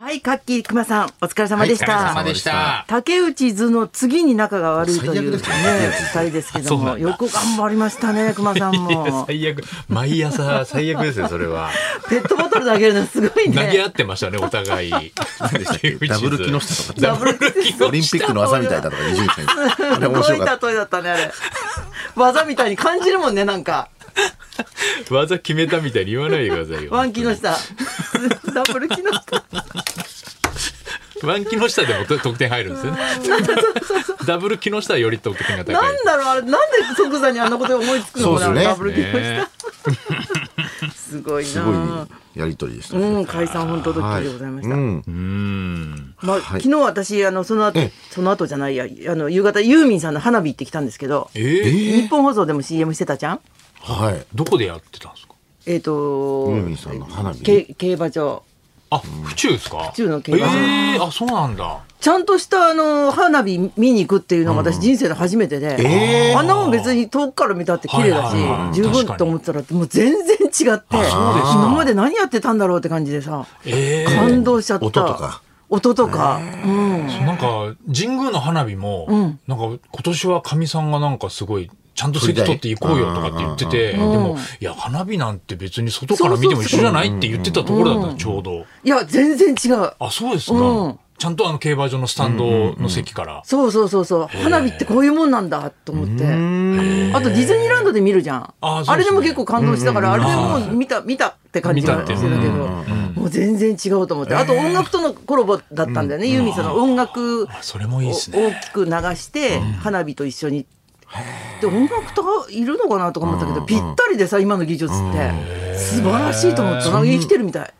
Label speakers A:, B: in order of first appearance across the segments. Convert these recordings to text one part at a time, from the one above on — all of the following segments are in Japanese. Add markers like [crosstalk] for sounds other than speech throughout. A: はい、カッキー熊さん、お疲れ様でし
B: はいお疲れ
A: た。
B: 様でした
A: 竹内図の次に仲が悪いというね、
B: 最悪です
A: 二人ですけど
B: そうな
A: も、
B: んだ
A: よく頑張りましたね、熊さん
B: いや
A: も。
B: [laughs] 最悪毎朝最悪ですよそれは
A: ペットボトル投げるのすごい
B: 投げ合
A: ね。
B: ってましたねお互い
C: ダブル木下とか
B: ダブル木下
C: オリンピックの朝みたいだとか伊集院さん言ってあれ
A: す
C: 面
A: ご
C: 白
A: い
C: かっ
A: 例えだったね、あれ。技みたいに感じるもんね、なんか。
B: 技決めたみたいに言わないでくださいよ
A: ワン木
B: [laughs]
A: 下。ダブル木下。
B: ワン木下でもと得点入るんですよねダブル木下はより得点が高い
A: なんだろう、あれ、なんで即座にあんなこと思いつくのか
C: そ
A: な、
C: うですね
A: ダブル木
B: ね
A: 下。すごい
C: たすごい
A: な。
C: やりとりでした
A: うん、解散本当ドッキリでございました
C: う。ん
B: うーん
A: まあ、
C: は
A: 昨
C: い
A: 日私あのその後
C: ええ
A: その後じゃないやあの夕方ユーミンさんの花火行ってきたんですけど、
B: え
C: え
B: ー、
A: 日
C: ー
A: 本放送でも CM してたじゃん。
C: はい
B: どこでやってたんですか
A: えっ、と
C: ユーミンさんの花火
A: け競馬場
B: あ府中ですか府
A: 中の競馬場
B: えー、あそうなんだ
A: ちゃんとしたあの花火見に行くっていうのが私人生で初めてで、
C: えー
A: あんなもん別に遠くから見たって綺麗だし、
B: はいはいはい
A: 十分と思ってたらもう全然違って今まで何やってたんだろうって感じでさ
B: えー、
A: 感動しちゃった。
C: 音とか
A: 音とか、うん。
B: そうなんか神宮の花火も、
A: ん
B: なんか今年はかみさんがなんかすごいちゃんと席取っていこうよとかって言ってて、
A: ん
B: でもいや花火なんて別に外から見ても一緒じゃないって言ってたところだったのちょうど
A: いや全然違う。
B: あそうですか、
A: うん
B: ちゃんとあの競馬場のスタンドの席から、
A: そうそうそうそう花火ってこういうもんなんだと思ってあとディズニーランドで見るじゃん
B: あ
A: あ,、
B: ーそう
A: れ
B: ですね
A: でも結構感動したから、
B: んうん
A: あれでもう見た見たって感じが
B: 見た
A: し
B: ってて
A: たけど、
B: うん
A: もう全然違うと思ってあと音楽とのコラボだったんだよね、ユーミンさんの音楽を
B: あそれもいいですね
A: 大きく流して花火と一緒に。で音楽とかいるのかなとか思ったけど、ぴったりでさ今の技術って素晴らしいと思ったなんか生きてるみたい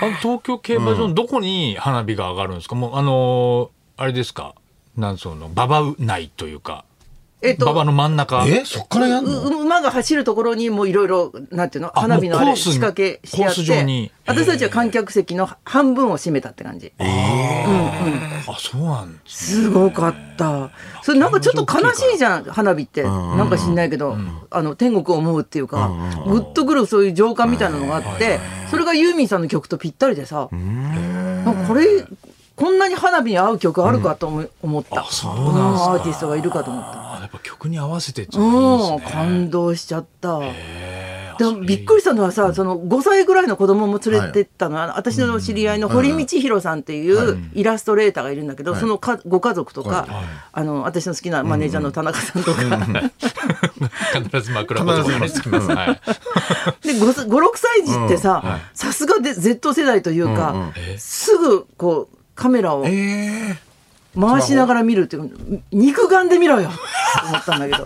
B: あの東京競馬場のどこに花火が上がるんですか、もうあのーあれですかなんその馬場内というか
A: えっ
B: 馬場の真ん中
C: えそっからやん
A: う
C: の
A: う馬が走るところにもういろいろなんていうの
B: あ
A: 花火のあ
B: も
A: れ
B: うコース
A: 仕掛けしてやっ
B: コース上
A: て
B: に
A: 私たちは観客席の半分を占めたって感じ
B: あそうなんです
A: すごかったそれなんかちょっと悲しいじゃん花火ってなんか知んないけどあの天国を思うっていうかグッとくるそういう情感みたいなのがあってそれがユーミンさんの曲とぴったりでさなんかこれこんなに花火に合う曲あるかと思い思った
B: あそうなんですか
A: うんアーティストがいるかと思った。
B: あやっぱ曲に合わせてっていうのがい
A: う
B: い
A: ん、
B: ですね
A: 感動しちゃった。
B: えー
A: でもびっくりしたのはさ、その5歳ぐらいの子供も連れてったのは、私の知り合いの堀道弘さんっていうイラストレーターがいるんだけど、そのかご家族とか、あの私の好きなマネージャーの田中さんとか、 [laughs] で
B: 必ず枕言葉につきます。はい。
A: 56歳児って
B: うんは
A: さ
B: い
A: さすがで Z 世代というか、
C: うんうん
B: え
A: すぐこうカメラを
C: えー
A: 回しながら見るっていう肉眼で見ろよと思ったんだけ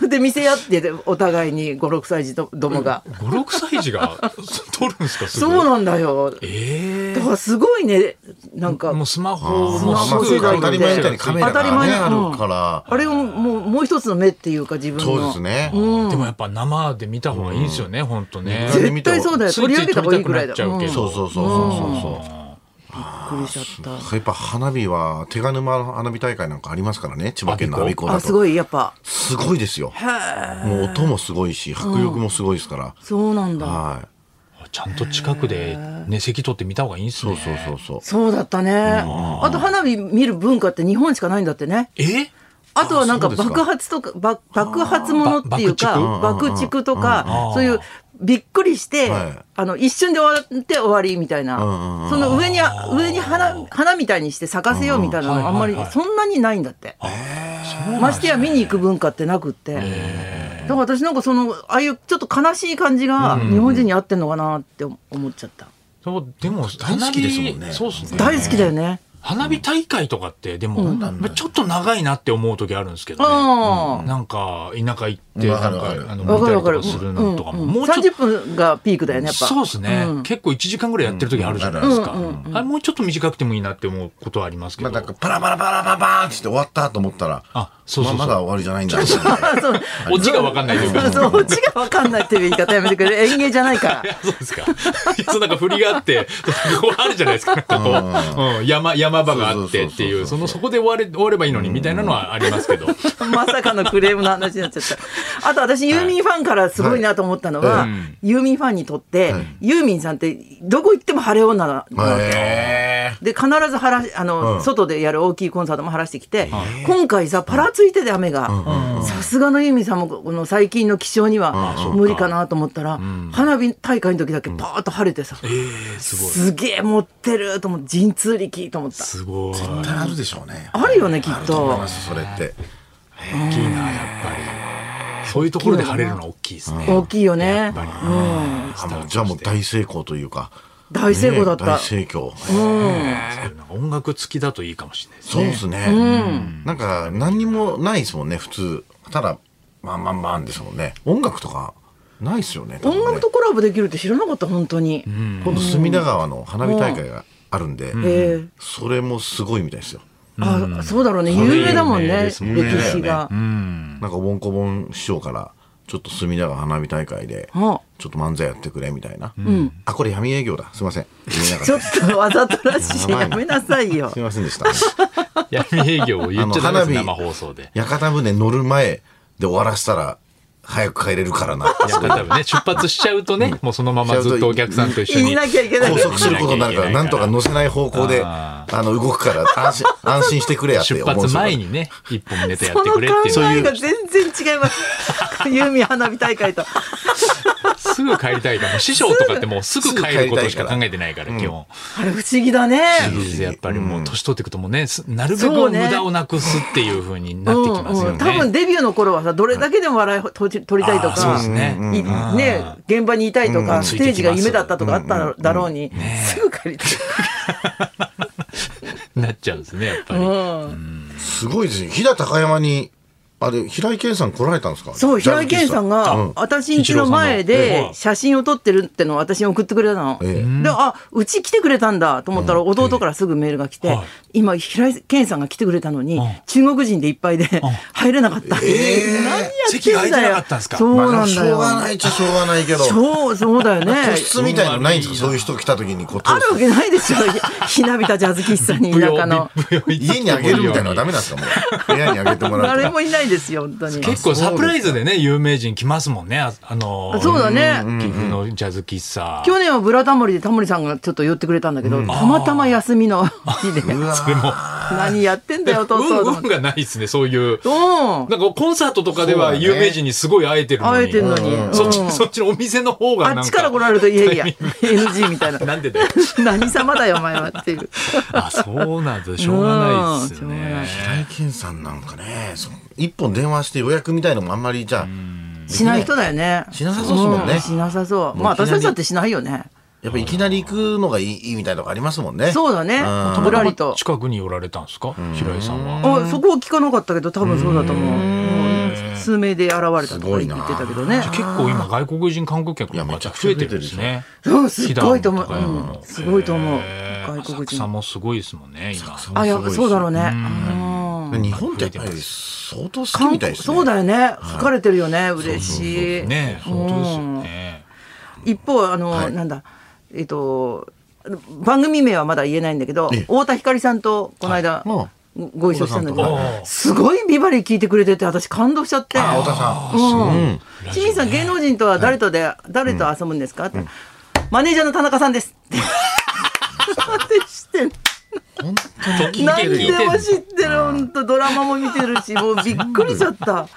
A: ど [laughs] で見せ合っててお互いに56歳児どどもが、
B: 五六歳児が [laughs] 撮るんですか。すぐ
A: そうなんだよ
B: え
A: だからすごいねなんか
B: ーもうスマホも
A: あ
B: す
A: ー
B: ぐ
A: スマホ
C: 当たり前みたいにカメラ
A: 当たり
C: が
A: 前
C: ね
A: だ
C: あ
A: うん
C: るから
A: あれをもうもう一つの目っていうか自分の
C: そうですね
A: うん
B: でもやっぱ生で見た方がいいんですよね。本当ね。
C: 全然
A: 絶対そうだよ
B: ついつい
A: 取り上げた方がいいぐらいだ
B: 撮りたくなっちゃうけど
C: そうそうそうそうそう
A: う
C: そう
A: んびっくりしちゃっ
C: やっぱ花火は手賀沼の花火大会なんかありますからね千葉県の阿
B: 阿
C: 鼻
B: 鼻
C: 子
A: た
C: だ
A: あす
C: と
A: ごいやっぱ
C: すごいですよもう音もすごいし迫力もすごいですから、
A: そうなんだ
C: はい
B: ちゃんと近くでね席取って見た方がいいんです
C: そう
B: ね。
C: そうそうそう
A: そうだったねあと花火見る文化って日本しかないんだってね
B: え？
A: あとはなんか
C: あそうですか
A: 爆発とかば爆発ものっていうか
B: ば
A: 爆竹とか
B: ん
A: そういうびっくりして
C: はい
A: あの一瞬で終わって終わりみたい
C: うんう
A: なんその上に上に花花みたいにして咲かせようみたいなのがあんまり
B: はいはいはい
A: そんなにないんだってましてや見に行く文化ってなくってだから私なんかそのああいうちょっと悲しい感じが日本人に合ってんのかなって思っちゃった
B: そうでも
C: 大好きですもんね
B: 花火そうですね。
A: 大好きだよね
B: 花火大会とかってでも、ちょっと長いなって思う時あるんですけど
A: あ
B: ね
A: ー、
B: うんなんか田舎行って
C: わ
B: な
C: か
B: ん
C: るわ
B: か
C: かる
B: あの
A: わか
B: 見た
A: る
B: り
A: わかる
B: とかするのとかも、
A: うんうん
B: もうちょっと
A: 30分がピークだよねやっぱ
B: そうですね、
A: うん
B: 結構1時間ぐらいやってる時あるじゃないですか、
A: うんうん
B: あれもうちょっと短くてもいいなって思うことはありますけ
C: ま
B: ど、
C: あなんかパラパラパラパラパーンってして終わったと思ったら
B: あそうそう
C: ま
B: そう
C: あまだ終わりじゃないんだな [laughs]
A: そう
B: オチが分かんないという
A: [laughs]
B: か
A: そう、オチが分かんないっていう言い方やめてくれる。演芸じゃないから。 [laughs]
B: [laughs] そうですか。いやそうなんか振りがあって、こうあるじゃないですか。なんかこう、うん、山、山山場があってっていう、
C: そそうそうそうそ
B: そう
C: う
B: の、そこで終われ、終わればいいのにみたいなのはありますけど。
A: まさかのクレームの話になっちゃった。あと私、ユーミンファンからすごいなと思ったのは、ユーミンファンにとって、ユーミンさんってどこ行っても晴れ女なの。
C: へ
A: で、必ず晴らし、あの、
C: うん
A: 外でやる大きいコンサートも晴らしてきて、今回さ、パラついてて雨が、さすがのユーミンさんも、この最近の気象には
B: うん
A: 無理かなと思ったら、花火大会の時だけパーッと晴れてさ、すげえ持ってると思って、神通力と思った。
B: すごい。
C: ーあるでしょうね
A: あるよね、きっ
C: 思い
A: と
C: ま。すそれって
B: 大きいな、やっぱり。そういうところで晴れるのは大きいですね。
A: 大きいよね。
B: ぱり
A: うん。
C: あもうじゃあもう大成功というか
A: 大成功だった。
C: ね大成功
B: なんか音楽付きだといいかもしれないです
C: そうで
B: ね。
C: すね、なんか何にもないですもんね普通ただまあまあまあですもんね音楽とかないですよね多分
A: 音
C: ね
A: 楽とコラボできるって知らなかった本当に、
C: 今度隅田川の花火大会があるんで、
A: ええ
C: それもすごいみたいですよ
A: あそうだろうね
B: そう
A: 有名だもん
B: 有名
A: ね
B: です
C: もんね
A: 歴史が、
C: なんかおぼんこぼん師匠からちょっと隅田川花火大会で
A: あ
C: ちょっと漫才やってくれみたいな、あこれ闇営業だすいません言えなかっ
A: ちょ
C: た
A: っとわざとらしいやめなさいよ
C: すいませんでした
B: 闇営業を言っちゃダメです
C: あの
B: 生
C: 花火
B: 放送で。
C: 屋形船乗る前で終わらせたら早く帰れるか
A: [laughs]
C: らなって
B: やっぱ多分ね、出発しちゃうとね、もうそのままずっとお客さんと一緒
A: 言い
B: に。
A: なきゃいけない
C: 拘束することになるから、なんとか乗せない方向で、あ
B: あ
C: の、動くから、安心、安心してくれやって
B: 出
C: 思うんで
B: 発
C: すよ
B: 前にね、一本ネタや
A: その
B: って
A: 考
B: くれっていうのは
A: えが全然違いますユーミン花火大会と
B: すぐ帰りたいから、もう師匠とかってもうすぐ帰ることしか考えてないから、基本。
A: あれ不思議だね
B: やっぱりもう年取っていくともうね、すなるべく
A: そう
B: 無
A: ね
B: 駄をなくすっていう風になってきます
A: うん
B: よ
A: うん
B: ね。
A: 多分デビューの頃はさどれだけでも笑いを取り取りたいと
B: あーそう
A: か
B: ですね。
A: いね、現場にいたいとか、ステージが夢だったとかあっただろうに、すぐ帰りたい、
B: なっちゃうんですね、やっぱり。
A: うん、
C: すごいですね。飛騨高山に、あれ、平井堅さん来られたんですか
A: そう平井堅さんが、
C: うん
A: 私んちの前で写真を撮ってるってのを私に送ってくれたの、
C: え
A: であうち来てくれたんだと思ったら弟からすぐメールが来て、
B: はい
A: 今平井堅さんが来てくれたのに、
B: ん
A: 中国人でいっぱいで入れなかった、何やってん
B: 席が
A: だ
B: 空
A: よ
B: いてなかったんですか
A: そう
C: まあ
A: なん
C: し
A: だ
C: ょう
A: よ、
C: がないっちゃしょうがないけど、
A: そうそうだよね
C: 個室みたいのないんですかそういう人来た時にこう、
A: あるわけないでしょひなびたジャズ喫茶に
B: 舞
A: 田
B: 踊
A: 舎の
B: 舞踊行って
C: 家にあげるみたいなのはダメなんですかも
A: [laughs]
C: う。部屋にあげてもらうと
A: 誰
C: か。
A: もいないですよ本当に
B: [laughs] 結構サプライズでね、有名人来ますもんね、ああのー、
A: そうだね
B: 岐阜のジャズ喫茶。
A: 去年は「ブラタモリ」でタモリさんがちょっと寄ってくれたんだけど、たまたま休みの日で
C: [laughs] うわ
B: それも、
A: 何やってんだよ弟
B: 運、
A: と
B: 運がないですね、そういう。
A: 思って
B: なんかコンサートとかでは
C: そうだね
B: 有名人にすごい会えてるのに。
A: 会えてんのに
B: うんそっ
A: うん
B: ち、そっちのお店の方がなん
A: あ
B: か。
A: っちから来られると「いやいや NG」みたいな
B: なんでだよ。
A: 「 [laughs] 何様だよお前は」っていう
B: あ、そうなんだ。しょうがないですよ
A: うんしょうがな
B: ね
A: い。
C: 平井堅さんなんかね、そう一本電話して予約みたいのもあんまり、じゃあ、
A: しない人だよね
C: しなさそうですもんね
A: うしなさそうまあ
C: もういきなり
A: 私たちだってしないよね
C: やっぱいきなり行くのがいいいいみたいなのがありますもんね。
A: そうだね
C: うん
A: ぶらりと
B: 近くに寄られたんですか平井さんは。
A: あそこは聞かなかったけど多分そうだと思ううん数名で現れたとか言ってたけどね
B: 結構今外国人観光客
C: いや
B: が
C: め
B: め
C: ち
B: ち
C: ゃ
B: ゃ
C: くちゃ
B: 増えてるんですね。
A: うんすっごいと思
B: 飛騨の
A: う、うん、
B: 高い
A: すごいと思う
B: へー
A: 外国
B: 浅草
A: 人
B: もすごいですもんね、今。
A: あいやそうだろうねうん
C: 日本ってやっぱり相当好き
A: 韓
C: みたい
A: 国
C: ですね。
A: そうだよね好かれてるよね嬉しい
B: ね、本当ですよね。
A: 一方あの、
C: はい
A: なんだえっと番組名はまだ言えないんだけど
C: ええ
A: 太田光さんとこの間
C: はいあ
A: ごご一緒したんだけ
C: 太
B: 田さん
A: ど
B: と
A: すごいビバリー聞いてくれてて私感動しちゃって
C: 太田さん。
A: うん清水さん芸能人とは誰とで、誰と遊ぶんですかって、マネージャーの田中さんです
C: [laughs]
A: って [laughs] 私知ってんの
B: 時々
A: 何でも知ってる本当ドラマも見て
B: [laughs]
A: るしもうびっくりしちゃった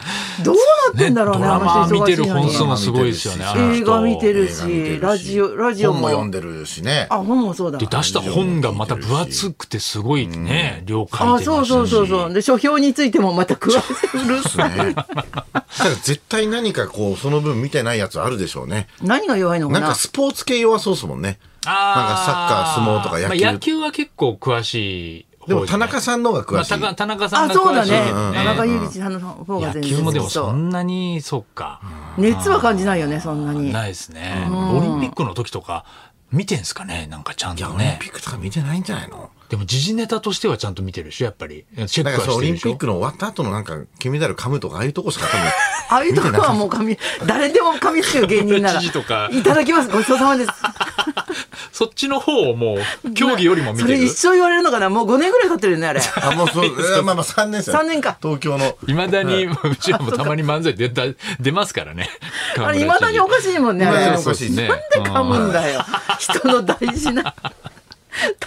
A: どうなってんだろうね
B: ドラマ
A: あの人
B: 見て
A: 忙し
B: る
A: いの
B: 本数
A: に
B: もすごいですよね。あの
A: 映
B: 人
A: 画見てるし
C: 映画見てるし
A: ラジオラジオ
C: 本も
A: も
C: 読んでるしね。
A: あ本もそうだ
B: で出した本がまた分厚くてすごいね、量書い
A: あ
B: てま
A: そう
B: したし。
A: そうそうそうで書評についてもまた詳しくうる
C: です
A: さい
C: ね。だから絶対何かこうその分見てないやつあるでしょうね。
A: 何が弱いのか
C: なん
A: な
C: かスポーツ系弱そうですもんね。なんかサッカー相撲とか野球
B: まあ、野球は結構詳しい方じ
C: で
B: ゃない。
C: も田中さんの方が詳しい。
B: まあ、田中さん
A: あ
B: が
A: そう
B: 詳
A: だ
B: しい
A: ね
B: けど
A: 田中裕一さんの方が
B: 野
A: 全
B: 球もで
A: 然
B: も
A: そ
B: そ
A: うん
B: なに、そっか。
A: 熱は感じないよねそんなに
B: ないですね。オリンピックの時とか、見てんすかねなんかちゃん
C: いや
B: と
C: オリン
B: ね
C: ピ。ックとか見てないんじゃないの。
B: でも時事ネタとしてはちゃんと見てるでしょやっぱり。チェッ
C: なん
B: ク
C: か
B: は
C: そう
B: し
C: オリ
B: て
C: ン
B: るでし
C: ピッ
B: ょ
C: クの終わった後のなんか金メダル噛むとかあ
B: [laughs]
C: あいうとこしか多分。
A: ああいうとこはもう髪誰でも髪つく芸人なら
B: [laughs] 知事とか
A: いただきますごちそうさまです
B: そっちの方をも
A: [laughs]
B: う [laughs] 競技よりも見
A: そ
B: て
A: れ
B: る
A: 一生言われるのかなもう5年ぐらい経ってるよねあ
B: [laughs]
A: れ
C: あ、もうそう、えーまあまあ3年生。
A: 3年か
C: 東京の。
B: いまだに、うちらもたまに漫才出た、出ますからね。
A: あれ未だにおかしいもんねあ
C: 未だ
A: れ
C: におかしい
A: なんで噛むんだよ人の大事な
B: うん [laughs]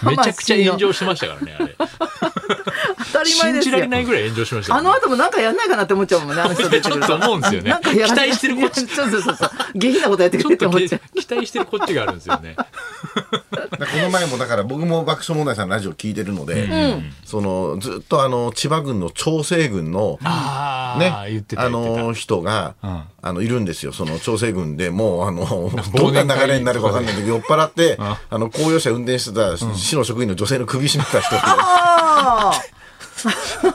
B: めちゃくちゃ
A: 魂の
B: 炎上してましたからね、あ
A: [laughs]
B: れ。
A: 当たり前
B: 信
A: です
B: じら
A: よ
B: れないぐらい炎上しました
A: あ
B: よね、
A: の後もなんかやんないかなって思っちゃうもんねあの人出てくる
B: ちょっと思うんですよね
A: なんかやらない
B: 期待してるこっち
A: いやそうそうそうそう下品なことやってく
B: ち
A: れっ
B: ょってと
A: 思っ
B: け
A: ちゃう
B: 期待してるこっちがあるんですよね。
C: この前もだから僕も爆笑問題さんのラジオ聞いてるので、そのずっとあの千葉軍の長生軍の
B: あ
C: ね、
B: あ、言ってた
C: あ
B: 言ってた。
C: の人が、
B: ん
C: あのいるんですよ、その調整軍でもう、あのどんな流れになるか分かんないけど、
B: [laughs]
C: 酔っ払って、あの公用車運転してた市の職員の女性の首絞めた人が、
A: あ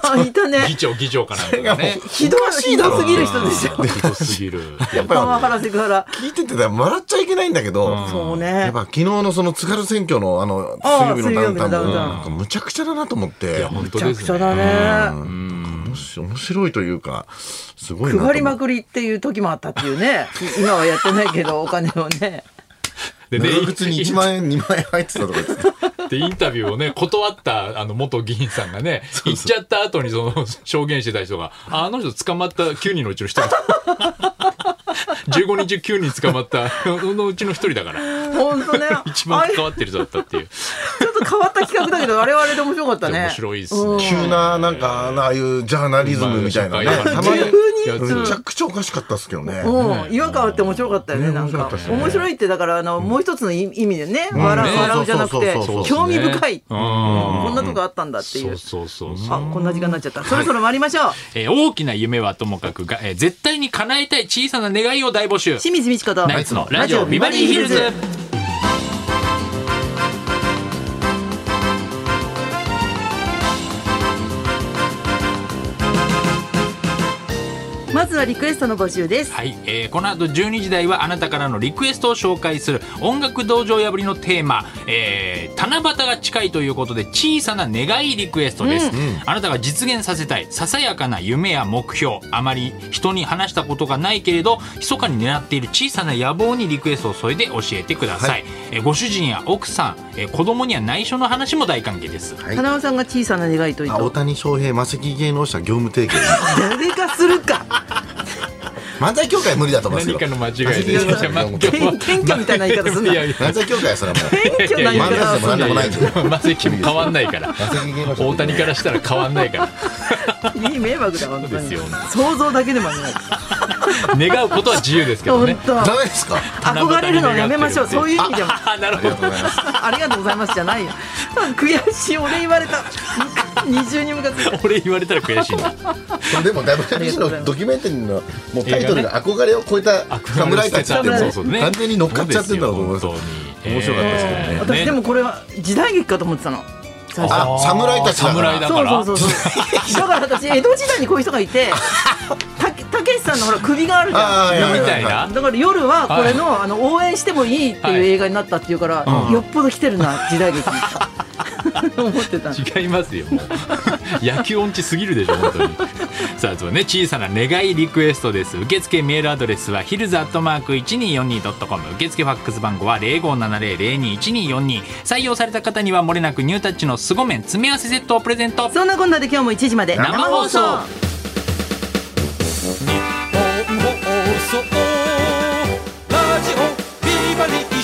A: あいたね
B: 議長、議長かなんかがね。
A: ひどいひどすぎる人でしょ
B: うんひどすぎる。
C: やっ
A: パワ
C: ぱ
A: ハラセクハラ
C: り聞いてて、笑っちゃいけないんだけど、
A: そう
C: や
A: ね
C: っぱ昨日のその津軽選挙のあの
A: あー
C: 水曜日のダウンタウン
A: 水
C: も、
A: 曜日のダウンタウン
C: なんかむちゃくちゃだなと思っ
B: い
C: て
B: や、。本
A: め
B: 当
A: ちゃ
B: で
A: くち
B: す
A: ゃ
B: ね。
A: だね
C: 面白い面白いというか、すごいなと思っ
A: 配
C: て。
A: りまくりっていう時もあったっていうね今はやってないけどお金をね
B: で、で
C: 長靴に1万円、2万円入ってたとか言ってた。
B: でインタビューをね [laughs] 断ったあの元議員さんがね行っちゃった後にその [laughs] 証言してた人がああの人捕まった9人のうちの1人だ [laughs] 15日9人捕まったそのうちの1人だから
A: 本当ね
B: 一
A: あ
B: 番
A: れち
B: 関
A: ょ
B: わってる人だったっていう
A: っと変わった企画だけどあれはあれで面白かったね
B: 面白いっすね
A: うん
C: 急な、なんか、ああいうジャーナリズムみたいなね。
B: まあ
C: たまに
B: 急にやつ
C: めちゃくちゃおかしかったっすけどね。
A: うん、違和感あって面白かったよね、
C: ね
A: なん
C: 面白か
A: か
C: ったですね
A: 面白いってだからあの、もう一つの意意味でね、笑う
B: ね
A: 笑うじゃなくて
C: そうそうそうそう
A: 興味深い、
B: う
A: うんんこんなとこあったんだってい
B: そううそうそうそう
A: あこんな時間になっちゃったそろそろ参りましょう、
B: えー大きな夢はともかくが、えー絶対に叶えたい小さな願いを大募集
A: 清水美智子と
B: ナイツのラジオビバリーヒルズ。
A: まずはリクエストの募集です、
B: はい、えーこの後12時台はあなたからのリクエストを紹介する音楽道場破りのテーマ、えー七夕が近いということで小さな願いリクエストです、あなたが実現させたいささやかな夢や目標あまり人に話したことがないけれど密かに狙っている小さな野望にリクエストを添えて教えてください、えーご主人や奥さん、えー子供には内緒の話も大歓迎です
C: はい
A: 花輪さんが小さな願いと言っ
C: あ大
A: た
C: 谷翔平、魔石芸能者業務提携。
A: 誰がするか
C: 漫才協会無理だと思います
B: 何
C: よ。
B: かの間違いで
C: いや
B: [laughs]
C: いやいや
B: いや
A: 謙虚みたいな言い方すんない
B: やいや
C: 漫才協会は [laughs] それはもう。
A: 謙虚な言い
C: 漫
A: 方
C: 才
A: を
C: 師でも何でもないんで。
B: マセキも変わんないから
C: マセキ芸能者
B: 大谷からしたら変わん [laughs] ないか
A: いい迷惑だ本当
B: そう
A: に
B: ですよ
A: 想像だけでもね
B: ら願うことは自由ですけど
A: 本
B: ね
A: 当
C: ダメですか
A: 憧れるのやめ
C: [laughs]
A: ましょうそういう意味でも
B: あなる
C: あ
B: ほ
C: りがと
B: ど
C: うございます。
A: [laughs] ありがとうございますじゃないよ悔しい俺言われた二重に向かって
B: 俺言われたら悔しいな
C: これでも WBC のドキュメンタリーのもうタイトルが憧れを超えた侍たちっても
B: そう
C: う
B: そうね
C: 完全に乗っかっちゃってんだろうと思いますよ。面白かったですけどね
B: えー
A: 私でもこれは時代劇かと思ってたの最初
C: あ侍たちだから
B: 侍だ
A: そ
B: か
A: う
B: ら
A: そうそうそうだから私江戸時代にこういう人がいてたたけしさんのほら首があるじ
C: ああ
A: ゃん
C: いや
B: みたいな
A: だから夜はこれの,、あの応援してもいいって
B: はいいう
A: 映画になったっていうから、よっぽど来てるな時代劇思ってた
B: 違いますよもう [laughs] 野球音痴すぎるでしょ本当に [laughs] さあそうね小さな願いリクエストです受付メールアドレスはヒルズアットマーク 1242.com 受付ファックス番号は0570021242採用された方にはもれなくニュータッチの凄麺詰め合わせセットをプレゼント
A: そんなこんなで今日も1時まで
B: 生
D: 放
B: 放送
D: 送ラジオビバリー